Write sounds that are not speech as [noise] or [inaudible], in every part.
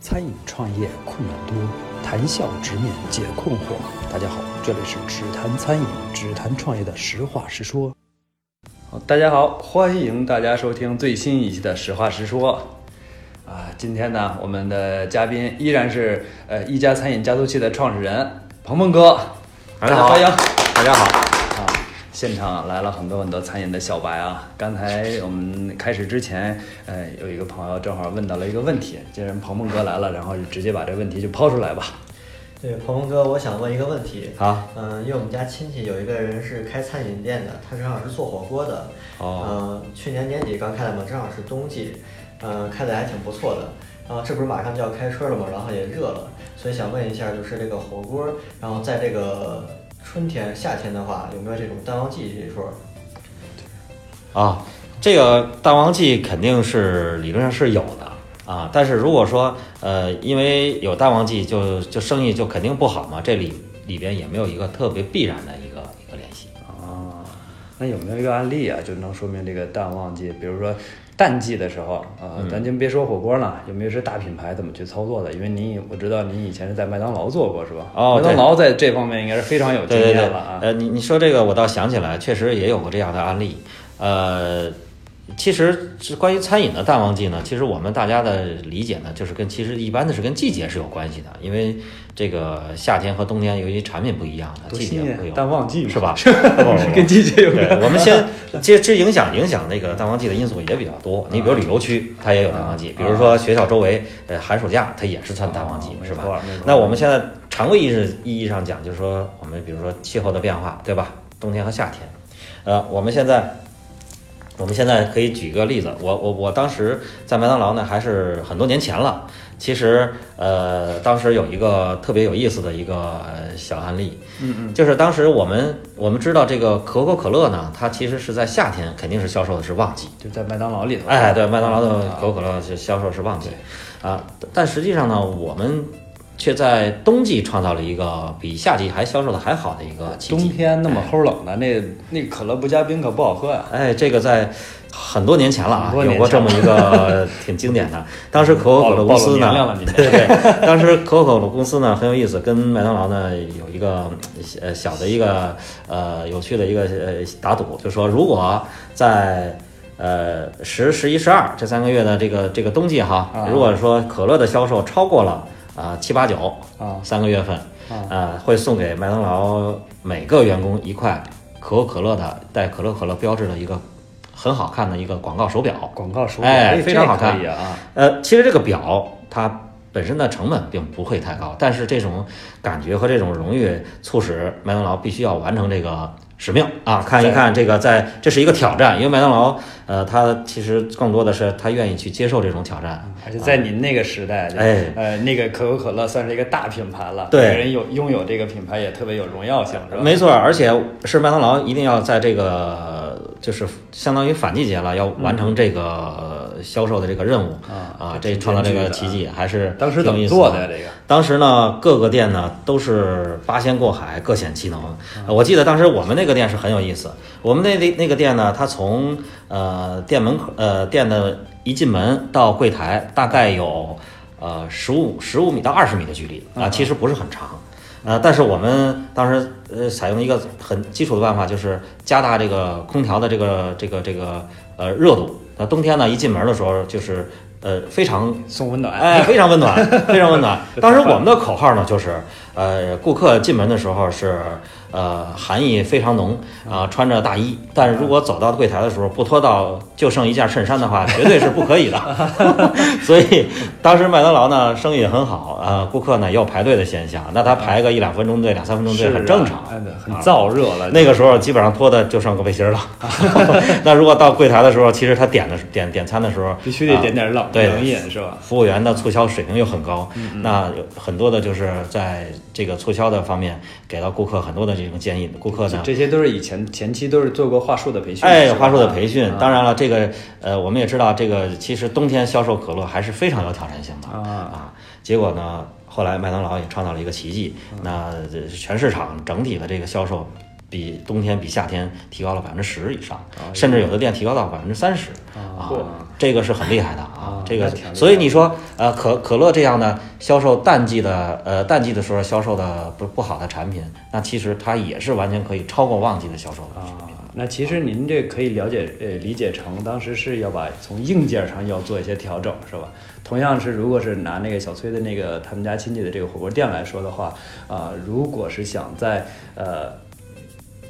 餐饮创业困难多，谈笑直面解困惑。大家好，这里是只谈餐饮、只谈创业的实话实说。好，大家好，欢迎大家收听最新一期的《实话实说》。啊，今天呢，我们的嘉宾依然是呃一家餐饮加速器的创始人鹏鹏哥，大家好欢迎。大家好，啊，现场来了很多很多餐饮的小白啊。刚才我们开始之前，呃，有一个朋友正好问到了一个问题，既然鹏鹏哥来了，然后就直接把这问题就抛出来吧。对，鹏鹏哥，我想问一个问题。好，嗯、因为我们家亲戚有一个人是开餐饮店的，他正好是做火锅的。哦嗯、去年年底刚开的嘛，正好是冬季，嗯、开的还挺不错的。然后这不是马上就要开春了嘛，然后也热了，所以想问一下，就是这个火锅，然后在这个春天、夏天的话，有没有这种淡旺季这一说？啊，这个淡旺季肯定是理论上是有的啊，但是如果说呃，因为有淡旺季就就生意就肯定不好嘛，这里里边也没有一个特别必然的一个一个联系。哦，那有没有一个案例啊，就能说明这个淡旺季？比如说淡季的时候，啊，嗯咱就别说火锅了，有没有是大品牌怎么去操作的？因为你我知道你以前是在麦当劳做过是吧？哦麦当对劳在这方面应该是非常有经对对验对了啊，。呃，你你说这个，我倒想起来，确实也有过这样的案例。呃，其实是关于餐饮的淡旺季呢，其实我们大家的理解呢，就是跟其实一般的是跟季节是有关系的，因为这个夏天和冬天由于产品不一样，它多季新节会鲜，有淡旺季嘛是？ [laughs] 吧？不不不跟季节有关。对，我们先这这影响影响那个淡旺季的因素也比较多。你比如旅游区，它也有淡旺啊季；比如说学校周围，呃，寒暑假它也是算淡旺季，哦是吧没错没错？那我们现在常规意识意义上讲，就是说我们比如说气候的变化，对吧？冬天和夏天，呃，我们现在。我们现在可以举一个例子，我我我当时在麦当劳呢，还是很多年前了。其实，呃，当时有一个特别有意思的一个呃小案例，嗯嗯。就是当时我们我们知道这个可口可乐呢，它其实是在夏天肯定是销售的是旺季。就在麦当劳里头。哎，对，麦当劳的啊可口可乐是销售是旺季啊，但实际上呢，我们却在冬季创造了一个比夏季还销售的还好的一个奇冬迹。天那么齁冷的，那那可乐不加冰可不好喝呀、啊哎，这个在很多年前了啊很多，年嗯有过这么一个 [laughs] 挺经典的。当时可口可乐公司暴露暴露年呢龄了你， [laughs] 对对对，当时可口可乐公司呢很有意思，跟麦当劳呢有一个呃小的一个呃有趣的一个呃打赌，就说如果在呃十、十一、十二这三个月的这个这个冬季哈啊，如果说可乐的销售超过了啊七八九 [laughs] 啊三个月份啊呃会送给麦当劳每个员工一块可口可乐的带可乐可乐标志的一个很好看的一个广告手表。广告手表哎这非常好看可以啊！呃，其实这个表它本身的成本并不会太高，但是这种感觉和这种荣誉促使麦当劳必须要完成这个使命啊！看一看这个在这是一个挑战，因为麦当劳呃，它其实更多的是它愿意去接受这种挑战。而且在您那个时代，啊哎呃，那个可口可乐算是一个大品牌了，对每个人有拥有这个品牌也特别有荣耀性，是吧？没错，而且是麦当劳一定要在这个就是相当于反季节了，要完成这个呃销售的这个任务嗯啊啊，这这挺创造这艰个巨的啊奇迹还是当时怎挺有么意思做的呀？这个当时呢，各个店呢都是八仙过海，各显其能。呃我记得当时我们那个店是很有意思，我们那那那个店呢，它从呃店门口呃店的一进门到柜台，大概有呃十五十五米到二十米的距离啊、其实不是很长。呃，但是我们当时呃采用一个很基础的办法，就是加大这个空调的这个这个这个呃热度。那冬天呢，一进门的时候就是呃非常送温暖，哎，非常 [laughs] 温暖，非常温暖。当时我们的口号呢，就是呃，顾客进门的时候是呃寒意非常浓啊、穿着大衣，但是如果走到柜台的时候不脱到就剩一件衬衫的话，绝对是不可以 [laughs] 的。 [laughs] 所以当时麦当劳呢生意也很好啊、呃顾客呢也有排队的现象，那他排个一两分钟队、两三分钟队是很正常啊。哎对很啊燥热了。那个时候基本上脱的就剩个背心儿了。 [laughs] 那如果到柜台的时候，其实他点的是点点餐的时候，必须得啊点点冷对啊冷饮是吧？服务员的促销水平又很高，那有很多的就是在这个促销的方面给到顾客很多的这种建议。顾客呢，这些都是以前前期都是做过话术的培训，哎，是吧话术的培训啊，当然了，这个呃，我们也知道，这个其实冬天销售可乐还是非常有挑战性的啊。结果呢，后来麦当劳也创造了一个奇迹，嗯那呃全市场整体的这个销售比冬天比夏天提高了百分之十以上，甚至有的店提高到百分之三十啊啊哦嚯，这个是很厉害的啊。啊啊，这个那挺厉害，所以你说，呃，可可乐这样的销售淡季的，呃，淡季的时候销售的不不好的产品，那其实它也是完全可以超过旺季的销售的啊，那其实您这可以了解呃理解成当时是要把从硬件上要做一些调整，是吧？同样是如果是拿那个小崔的那个他们家亲戚的这个火锅店来说的话，啊、如果是想在呃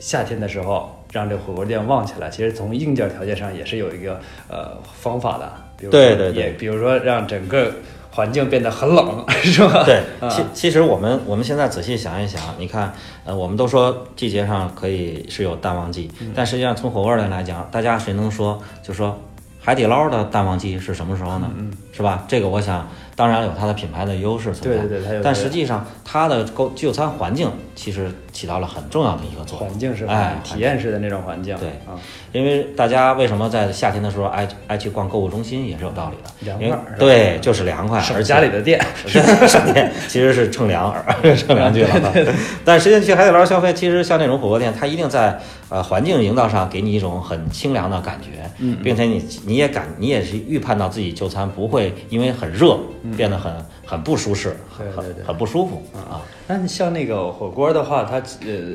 夏天的时候让这火锅店旺起来，其实从硬件条件上也是有一个呃方法的，比如说对对对也比如说让整个环境变得很冷， [laughs] 是吧？对，啊其其实我们我们现在仔细想一想，你看，呃，我们都说季节上可以是有淡旺季，嗯但实际上从火锅店来讲，大家谁能说就说海底捞的淡旺季是什么时候呢？嗯是吧？这个我想，当然有它的品牌的优势存在，对对对它有但这实际上它的购就餐环境其实起到了很重要的一个作用，环境是哎，体验式的那种环境，对啊，因为大家为什么在夏天的时候爱爱去逛购物中心也是有道理的，凉因为快是吧对，就是凉快，省哎而家且里的店， [laughs] 商店其实是乘凉 [laughs] 饵，乘凉去了。 [laughs] 但实际上去海底捞消费，其实像这种火锅店，它一定在呃环境营造上给你一种很清凉的感觉，嗯并且你你也感你也是预判到自己就餐不会因为很热变得很很不舒适，嗯对很对对很很不舒服啊。那像那个火锅的话，它呃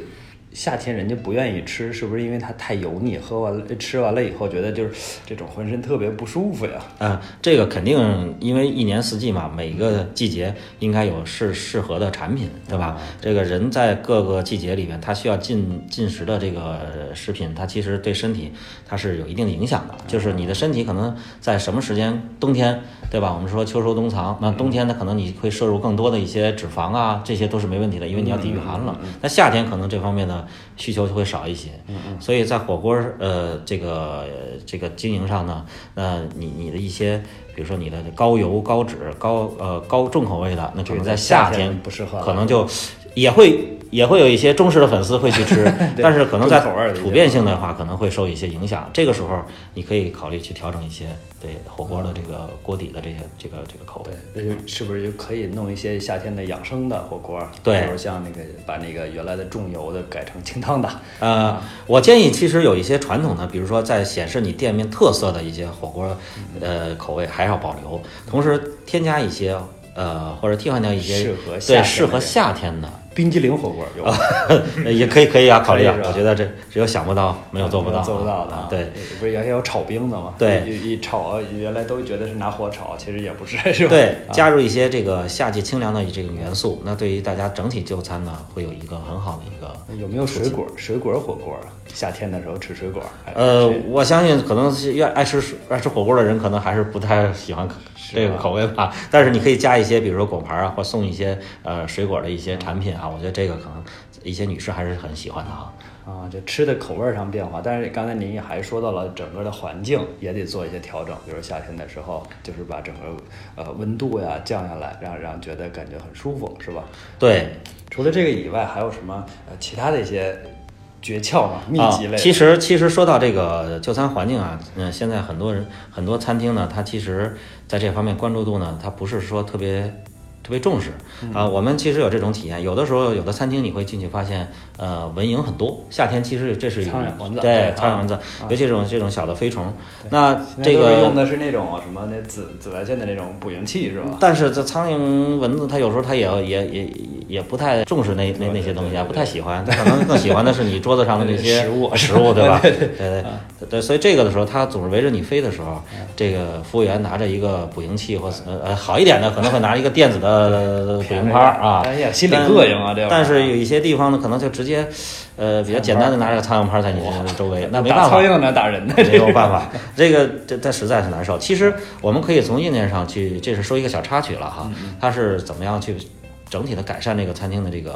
夏天人家不愿意吃，是不是因为它太油腻？喝完了呃吃完了以后，觉得就是这种浑身特别不舒服呀？啊，这个肯定，因为一年四季嘛，每个季节应该有适适合的产品，对吧？这个人在各个季节里面，他需要进进食的这个食品，它其实对身体它是有一定的影响的。就是你的身体可能在什么时间，冬天，对吧？我们说秋收冬藏，那冬天它可能你会摄入更多的一些脂肪啊，这些都是没问题的，因为你要抵御寒冷。那夏天可能这方面的需求就会少一些。所以在火锅儿呃这个呃这个经营上呢，那你你的一些，比如说你的高油、高脂、高呃高重口味的，那可能在这个在夏夏天天不适合了可能就也会也会有一些忠实的粉丝会去吃 [laughs] ，对但是可能在重口味儿的普遍性的话，可能会受一些影响。这个时候你可以考虑去调整一些对火锅的这个锅底的这些这个这个口味对。，那就是不是就可以弄一些夏天的养生的火锅？对比如像那个把那个原来的重油的改成清汤的。呃，我建议其实有一些传统的，比如说在显示你店面特色的一些火锅，嗯呃，口味还要保留，同时添加一些呃或者替换掉一些适合夏天对的适合夏天的，冰激凌火锅有吗，呃也可以可以啊，考虑 [laughs] 啊可以是，吧我觉得这只有想不到，没有做不到啊，做不到的啊，对。，不是原先有炒冰的吗？对一一炒原来都觉得是拿火炒，其实也不是， [laughs] 是吧？对，啊加入一些这个夏季清凉的这个元素，那对于大家整体就餐呢，会有一个很好的一个有没有水果水果火锅啊？夏天的时候吃水果？哎还是呃吃，我相信可能是愿爱吃水爱吃火锅的人，可能还是不太喜欢 [laughs] 这个口味吧。但是你可以加一些，比如说果盘啊，或送一些呃水果的一些产品啊，我觉得这个可能一些女士还是很喜欢的啊。啊，这吃的口味儿上变化，但是刚才您也还说到了整个的环境也得做一些调整，比如夏天的时候，就是把整个呃温度呀降下来，让让觉得感觉很舒服，是吧？对，除了这个以外，还有什么呃其他的一些诀窍吗？秘籍类的、啊。其实，其实说到这个就餐环境啊，嗯，现在很多人很多餐厅呢，它其实在这方面关注度呢，它不是说特别特别重视嗯啊。我们其实有这种体验，有的时候有的餐厅你会进去发现，呃，蚊蝇很多。夏天其实这是有苍蝇蚊子对对苍啊蝇蚊子，尤其这种这种小的飞虫。那现在这都个是用的是那种什么那紫紫外线的那种捕蝇器是吧？但是这苍蝇蚊子，它有时候它也也也也不太重视那那那些东西啊，不太喜欢，它可能更喜欢的是你桌子上的那 [laughs] 些食物食物对吧？对对对，所以这个的时候，它总是围着你飞的时候，嗯这个服务员拿着一个捕蝇器或呃呃好一点的，可能会拿一个电子 [laughs] 的捕蝇拍儿啊，哎呀心里膈应啊这玩意儿但是有一些地方呢，可能就直接，呃，比较简 [laughs] 单的拿着苍蝇拍儿在你周围，那没办打法，苍蝇呢，打人呢，这没有是办法，这个这它实在是难受。其实我们可以从硬件上去，这是说一个小插曲了嗯哈，它是怎么样去整体的改善这个餐厅的这个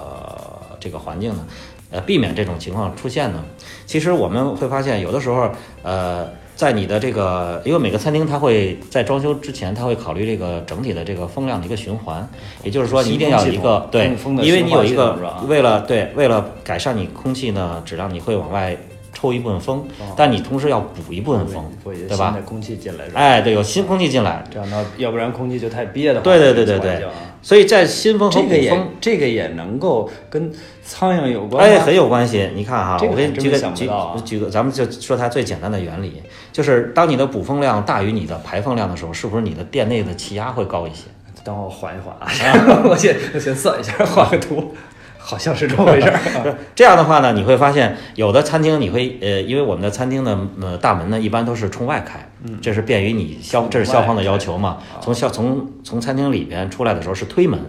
这个环境呢？呃，避免这种情况出现呢？其实我们会发现，有的时候，呃，在你的这个，因为每个餐厅它会在装修之前，它会考虑这个整体的这个风量的一个循环，也就是说，你一定要有一个新风系统对通风的，因为你有一循环个系统是吧为了对为了改善你空气呢质量，你会往外抽一部分风哦，但你同时要补一部分风，我觉得对新吧哎的？空气进来是吧？嗯哎，对，有新空气进来。这样的话，要不然空气就太憋得慌。对对对对这个环对境啊，所以在新风和这古个也风，这个也能够跟苍蝇有关吗，哎，很有关系。你看哈，这个我给还你真举没个想不举到啊举个，咱们就说它最简单的原理，就是当你的补风量大于你的排放量的时候，是不是你的店内的气压会高一些？等我缓一缓啊， [laughs] 我先我先算一下，画个图，好像是这么回 [laughs] 事儿。啊这样的话呢，你会发现有的餐厅你会呃，因为我们的餐厅的呃大门呢一般都是冲外开，嗯这是便于你消，这是消防的要求嘛。啊从消从从餐厅里边出来的时候是推门，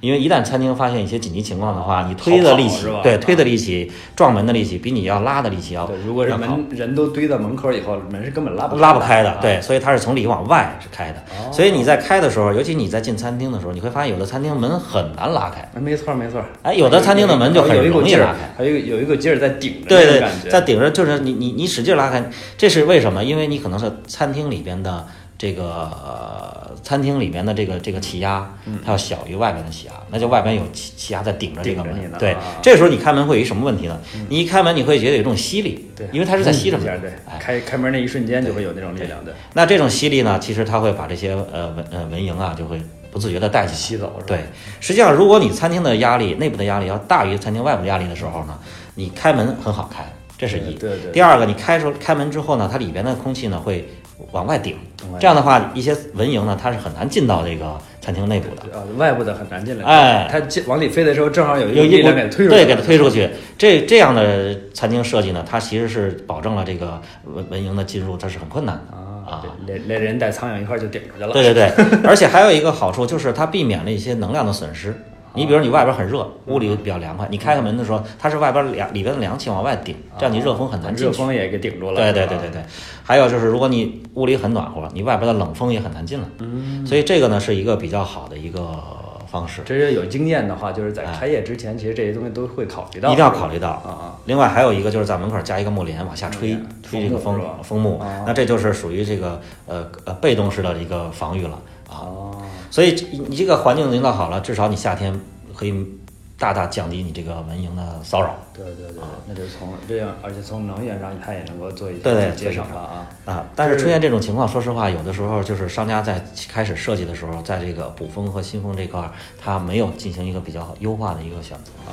因为一旦餐厅发现一些紧急情况的话，你推的力逃跑气是吧，对啊推的力气、撞门的力气比你要拉的力气要对，如果是要高门人都堆到门口以后，门是根本拉不拉不开的啊，对，所以它是从里往外是开的。哦所以你在开的时候，尤其你在进餐厅的时候，你会发现有的餐厅门很难拉开。哎没错没错。哎有的餐厅的门就很有一股容易劲儿拉开，还有一个有一股劲儿在顶着，对那种对感，觉在顶着就是你你你使劲拉开，这是为什么？因为你可能是餐厅里边的这个、呃、餐厅里边的这个这个气压，嗯它要小于外边的气压，那就外边有气气压在顶着这个顶着你门呢。对啊，嗯这时候你开门会有一什么问题呢？你一开门你会觉得有一种吸力，对，因为它是在吸着嗯一门下，对，哎，开开门那一瞬间就会有那种力量，对，那这种吸力呢，其实它会把这些呃蚊呃蚊蝇啊，就会不自觉地带进去。吸走是吧？对，实际上如果你餐厅的压力、内部的压力要大于餐厅外部的压力的时候呢，你开门很好开，这是一。对对对第二个，你开时候开门之后呢，它里边的空气呢会往外顶往外，这样的话，一些蚊蝇呢它是很难进到这个餐厅内部的。对啊，外部的很难进来，哎它进往里飞的时候，正好有一有股一力股量给推出去，对，给它推出去。这这样的餐厅设计呢，它其实是保证了这个蚊蚊蝇的进入，它是很困难的啊，对连连人带苍蝇一块儿就顶出去了，对对 [laughs] 对，而且还有一个好处就是它避免了一些能量的损失。你比如你外边很热，屋里比较凉快，你开开门的时候，它是外边凉里边的凉气往外顶，这样你热风很难进热去。风也给顶住了，对对是吧对对对，还有就是，如果你屋里很暖和，你外边的冷风也很难进来。嗯，所以这个呢是一个比较好的一个方式，这是有经验的话，就是在哎开业之前，其实这些东西都会考虑一到，定要考虑到啊啊。另外还有一个就是在门口加一个木帘往下吹嗯，吹这个风风幕是吧风幕哦，那这就是属于这个呃呃被动式的一个防御了啊。哦，所以你你这个环境营造好了，至少你夏天可以大大降低你这个蚊蝇的骚扰对对对，啊那就从这样，而且从能源上它也能够做一对对些节省了啊。啊。但是出现这种情况，说实话，有的时候就是商家在开始设计的时候，在这个补风和新风这块儿，它没有进行一个比较好优化的一个选择。啊，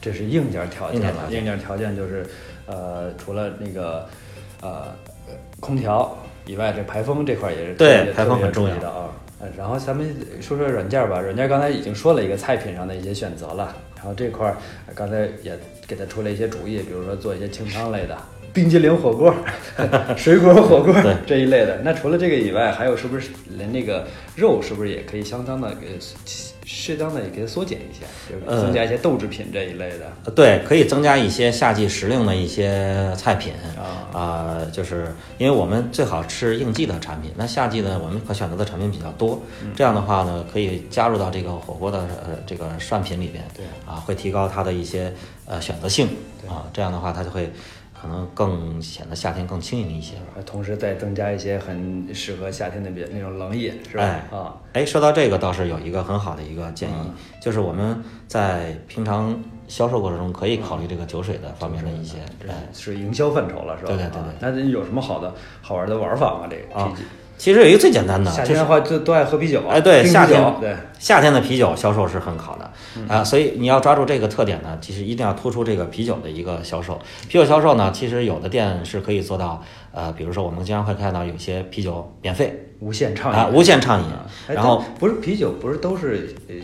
这是硬件条件硬件了条。件硬件条件就是，呃，除了那个，呃，空调以外，这排风这块儿也是对特别排风很特别重要注意的啊。呃然后咱们说说软件儿吧，软件儿刚才已经说了一个菜品上的一些选择了，然后这块儿呃刚才也给他出了一些主意，比如说做一些清汤类的。冰激凌火锅、 [laughs] 水果火锅对这一类的，那除了这个以外，还有是不是连那个肉是不是也可以相当的呃适当的也给它缩减一些，就是呃增加一些豆制品这一类的。呃对，可以增加一些夏季时令的一些菜品啊啊、就是因为我们最好吃应季的产品，那夏季呢，我们可选择的产品比较多，这样的话呢，可以加入到这个火锅的呃这个涮品里边，对啊，会提高它的一些呃选择性啊，这样的话它就会可能更显得夏天更轻盈一些吧。呃同时再增加一些很适合夏天的别那种冷饮，是吧？哎啊，哎，说到这个，倒是有一个很好的一个建议，嗯就是我们在平常销售过程中可以考虑这个酒水嗯的方面的一些，哎，是营销范畴了，是吧？对对对啊那有什么好的好玩的玩法吗？这个啊啤酒，其实有一个最简单的，夏就天是的话就都爱喝啤酒，啊哎，对，冰啤夏酒天对，夏天的啤酒销售是很好的嗯啊，所以你要抓住这个特点呢，其实一定要突出这个啤酒的一个销售。啤酒销售呢，其实有的店是可以做到，呃，比如说我们经常会看到有些啤酒免费无限畅饮啊，无限畅饮啊，哎然后但不是啤酒，不是都是呃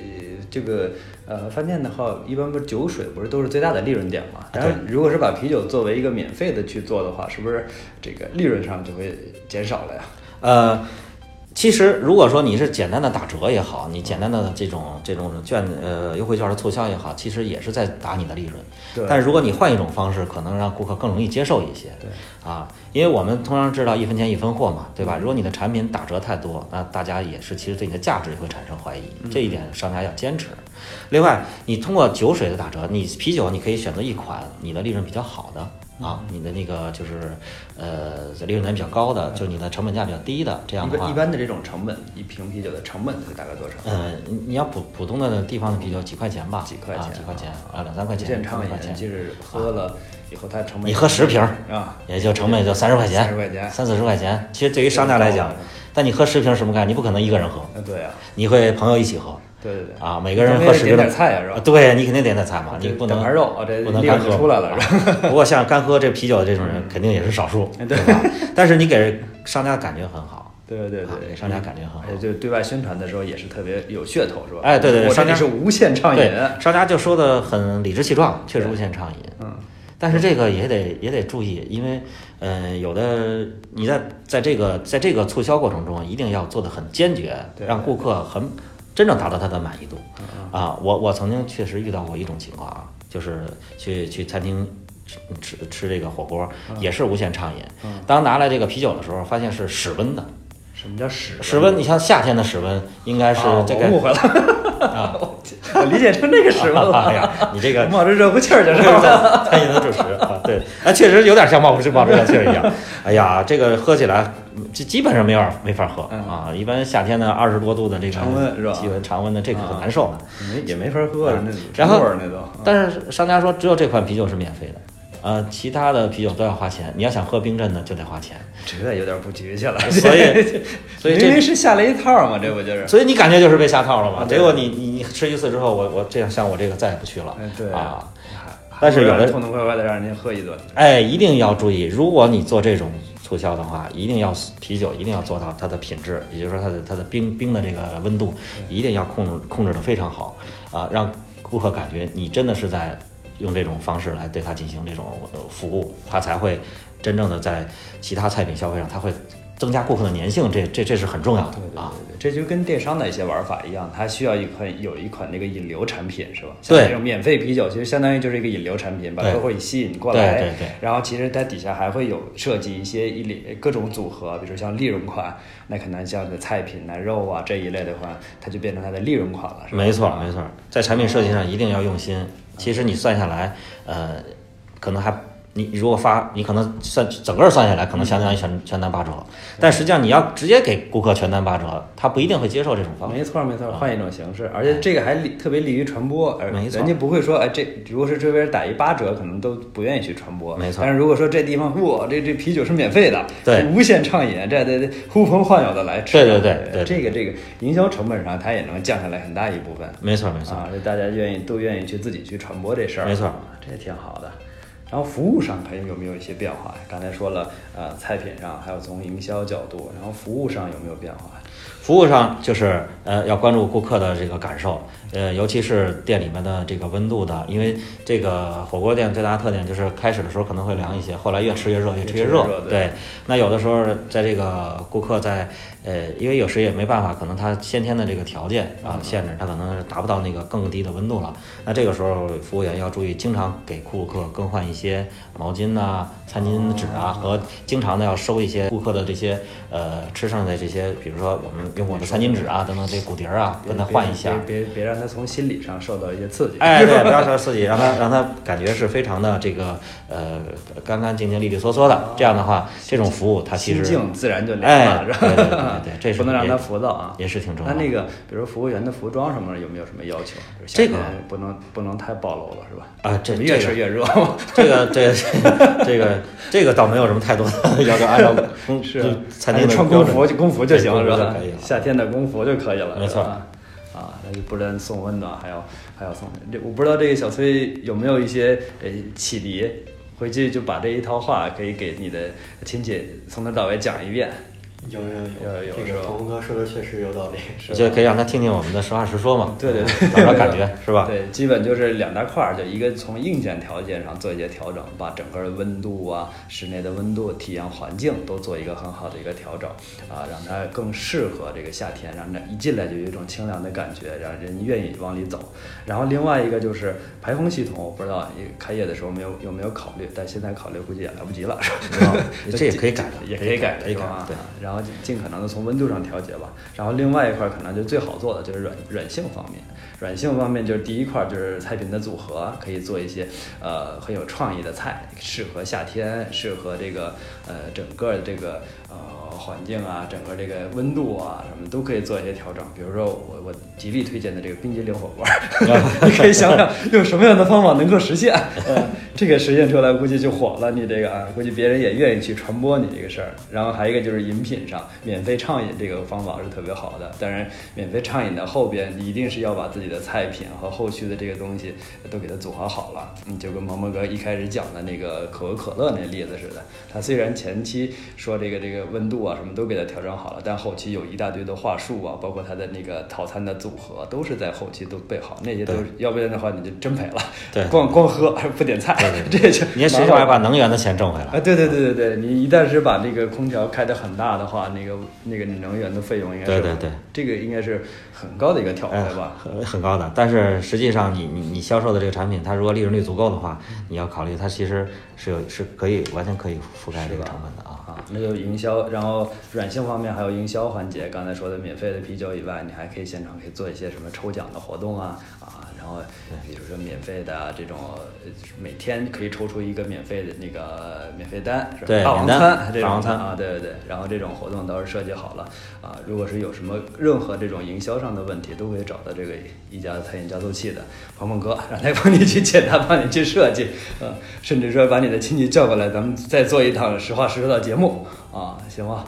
这个呃饭店的话，一般不是酒水不是都是最大的利润点嘛？啊对然后如果是把啤酒作为一个免费的去做的话，是不是这个利润上就会减少了呀？呃，其实如果说你是简单的打折也好，你简单的这种这种券呃优惠券的促销也好，其实也是在打你的利润。对但是如果你换一种方式，可能让顾客更容易接受一些。对。啊，因为我们通常知道一分钱一分货嘛，对嗯吧？如果你的产品打折太多，那大家也是其实对你的价值也会产生怀疑，嗯这一点商家要坚持。另外，你通过酒水的打折，你啤酒你可以选择一款你的利润比较好的。嗯啊，你的那个就是，呃，利润点比较高的，就是你的成本价比较低的，这样一的话，般一般的这种成本，一瓶啤酒的成本会大概多少？呃，你你要普普通的地方的啤酒几块钱吧，几块啊钱几块啊钱啊，两三块无钱，限三畅块饮，钱，就是喝了以后它成本嗯你喝十瓶儿啊，哎也就成本也就三十块钱， 30块钱三四十块钱。其实对于商家来讲这个高了，但你喝十瓶什么概念？你不可能一个人喝，嗯，对啊，你会朋友一起喝对对对，啊，每个人那喝得十点瓶点菜呀是吧啊，对你肯定点点菜嘛，这你不能整盘肉啊这不能料干啊就喝出来嗯了是 [laughs] 吧？不过像干喝这啤酒这种人肯定也是少数，对吧？但是你给商家感觉很好，对对啊对，给商家感觉很好而。且就对外宣传的时候也是特别有噱头，是吧？哎对对对我这商里家是无限畅饮对，，商家就说的很理直气壮，确实无限畅饮。嗯，但是这个也得也得注意，因为，嗯、有的你在在这个在这个促销过程中，一定要做的很坚决，对嗯让顾客很真正达到他的满意度。啊，我我曾经确实遇到过一种情况啊，就是去去餐厅吃吃吃这个火锅，嗯也是无限畅饮。当拿来这个啤酒的时候，发现是室温的，什么叫室室温，你像夏天的室温应该是啊这 [laughs] 我误会个了，啊， [laughs] 我理解成这个室温 [laughs] 哎了。呀，你这个冒着热乎气儿去 [laughs] 是吧？餐饮的主食啊，对，啊，确实有点像冒不是冒出热气儿一 [laughs] 样。哎呀，这个喝起来嗯基基本上没法没法喝嗯啊。一般夏天的二十多度的这个常温是吧气温常温的这个啊很难受的。没也没法喝啊那然后味儿那都。啊但是商家说只有这款啤酒是免费的。呃，其他的啤酒都要花钱，你要想喝冰镇的就得 [laughs] 花钱，这有点不局气了，[laughs] 所以，所以明明这，是下了一套嘛，这不就是？所以你感觉就是被下套了嘛？对结果你你你吃一次之后，我我这样像我这个再也不去了哎，对啊，但是有的痛痛快快的让人家喝一顿，哎，一定要注意，如果你做这种促销的话，一定要啤酒一定要做到它的品质，也就是说它的它的冰冰的这个温度一定要控制控制的非常好啊，让顾客感觉你真的是在用这种方式来对他进行这种呃服务，他才会真正的在其他菜品消费上，他会增加顾客的粘性，这这这是很重要的啊。这就跟电商的一些玩法一样，它需要一款有一款那个引流产品是吧？对像这种免费啤酒其实相当于就是一个引流产品，把对客户吸引过来。对对对然后其实它底下还会有设计一些一列各种组合，比如说像利润款，那可能像这菜品啊、肉啊这一类的话，它就变成它的利润款了，是吧？没错，没错，在产品设计上一定要用心。其实你算下来，呃，可能还你如果发，你可能算整个算下来，可能相当于全全单八折。但实际上你要直接给顾客全单八折，他不一定会接受这种方法。没错没错，换一种形式，而且这个还利特别利于传播，而没错人家不会说，哎，这如果是这边打一八折，可能都不愿意去传播。没错但是如果说这地方，哇，这这啤酒是免费的，对无限畅饮，这得得呼朋唤友的来吃。对对对对对这个这个营销成本上，它也能降下来很大一部分。没错，没错，啊，这大家愿意都愿意去自己去传播这事儿，没错啊这也挺好的。然后服务上还有没有一些变化？刚才说了，呃，菜品上还有从营销角度，然后服务上有没有变化？服务上就是呃要关注顾客的这个感受，呃尤其是店里面的这个温度的，因为这个火锅店最大的特点就是开始的时候可能会凉一些，后来越吃越热，越吃越越热吃越热。对对，那有的时候在这个顾客在呃，因为有时也没办法，可能他先天的这个条件啊限制，他可能是达不到那个更低的温度了。那这个时候服务员要注意，经常给顾客更换一些毛巾呐、餐巾纸啊，和经常的要收一些顾客的这些呃吃剩的这些，比如说我们用过的餐巾纸啊等等这骨碟儿啊，别跟他换一下。别别别别让他从心理上受到一些刺激。哎，对，不要说自己，让他让他感觉是非常的这个呃干干净净、利利索索的。这样的话，这种服务它其心实静自然就凉哎，了，对是吧？对对对对，这 [laughs] 是不能让也他浮躁啊。也是挺重那要的。那个，比如服务员的服装什么的有没有什么要求？比如夏这个天不能不能太暴露了，是吧？啊，这越这吃个越热。这个这个这个这个倒没有什么太多的要求，按照 [laughs] 公是就啊，餐厅哎的穿标工准服就工服就行对是工服吧就可以了？夏天的工服就可以了，没错是吧。啊，那就不但送温暖，还要还要送这，我不知道这个小崔有没有一些呃启迪，回去就把这一套话可以给你的亲戚从头到尾讲一遍。有有有有这是吧个童哥说的确实有道理。是我吧觉得可以让他听听我们的实话实说嘛，嗯对对对，找找感觉是吧？对，基本就是两大块儿，就一个从硬件条件上做一些调整，把整个的温度啊、室内的温度、体验环境都做一个很好的一个调整啊，让它更适合这个夏天，让它一进来就有一种清凉的感觉，让人愿意往里走。然后另外一个就是排风系统，我不知道你开业的时候没有有没有考虑，但现在考虑估计也来不及了，是吧？是吧这也可以改的，也可以改的，可以是改吧，啊对。然后尽可能的从温度上调节吧。然后另外一块儿可能就最好做的就是软软性方面，软性方面就是第一块儿就是菜品的组合，可以做一些呃很有创意的菜，适合夏天，适合这个呃整个这个呃环境啊，整个这个温度啊什么都可以做一些调整。比如说我我极力推荐的这个冰激凌火锅，你 [laughs] 可以想想用什么样的方法能够实现。呃，这个实现出来估计就火了，你这个啊，估计别人也愿意去传播你这个事儿。嗯然后还有一个就是饮品上，免费畅饮这个方法是特别好的。当然，免费畅饮的后边你一定是要把自己的菜品和后续的这个东西呃都给它组合好了。你就跟萌萌哥一开始讲的那个可口可乐那例子似的，他虽然前期说这个这个温度啊什么都给它调整好了，但后期有一大堆的话术啊，包括它的那个套餐的组合，都是在后期都备好，那些都是要不然的话你就真赔了。对光光喝不点菜， [laughs] 对这就你也麻起烦码把能源的钱挣回来啊，。对对对对对，你一旦是把那个空调开得很大的话，那个那个能源的费用应该是对对对，这个应该是很高的一个挑哎战吧。很很高的，但是实际上你你你销售的这个产品，它如果利润率足够的话，你要考虑它其实是有是可以完全可以覆盖这个成本的啊。啊，那就营销，然后软性方面还有营销环节。刚才说的免费的啤酒以外，你还可以现场可以做一些什么抽奖的活动啊啊，然后比如说免费的啊这种，呃每天可以抽出一个免费的那个呃免费单，是吧对霸王免单餐这霸种王餐餐啊，对对对，然后这种活动到时候设计好了啊，如果是有什么任何这种营销上的问题，都可以找到这个一家餐饮加速器的鹏鹏哥，让他帮你去解答，帮你去设计，呃，甚至说把你的亲戚叫过来，咱们再做一档实话实说的节目啊，行吗？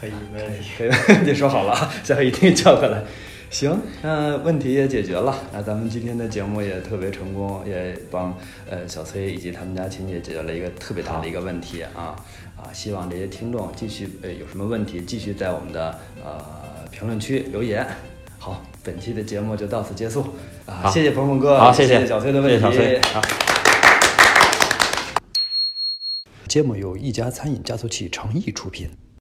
可以，没问题。可以， [laughs] 你说好了啊，下回一定叫过来。行，那问题也解决了，那咱们今天的节目也特别成功，也帮呃小崔以及他们家亲戚解决了一个特别大的一个问题啊啊！希望这些听众继续呃有什么问题，继续在我们的呃评论区留言。好，本期的节目就到此结束啊！好谢谢鹏鹏哥，好，谢谢小崔的问题。谢谢小崔，好。节目由一家餐饮加速器诚意出品，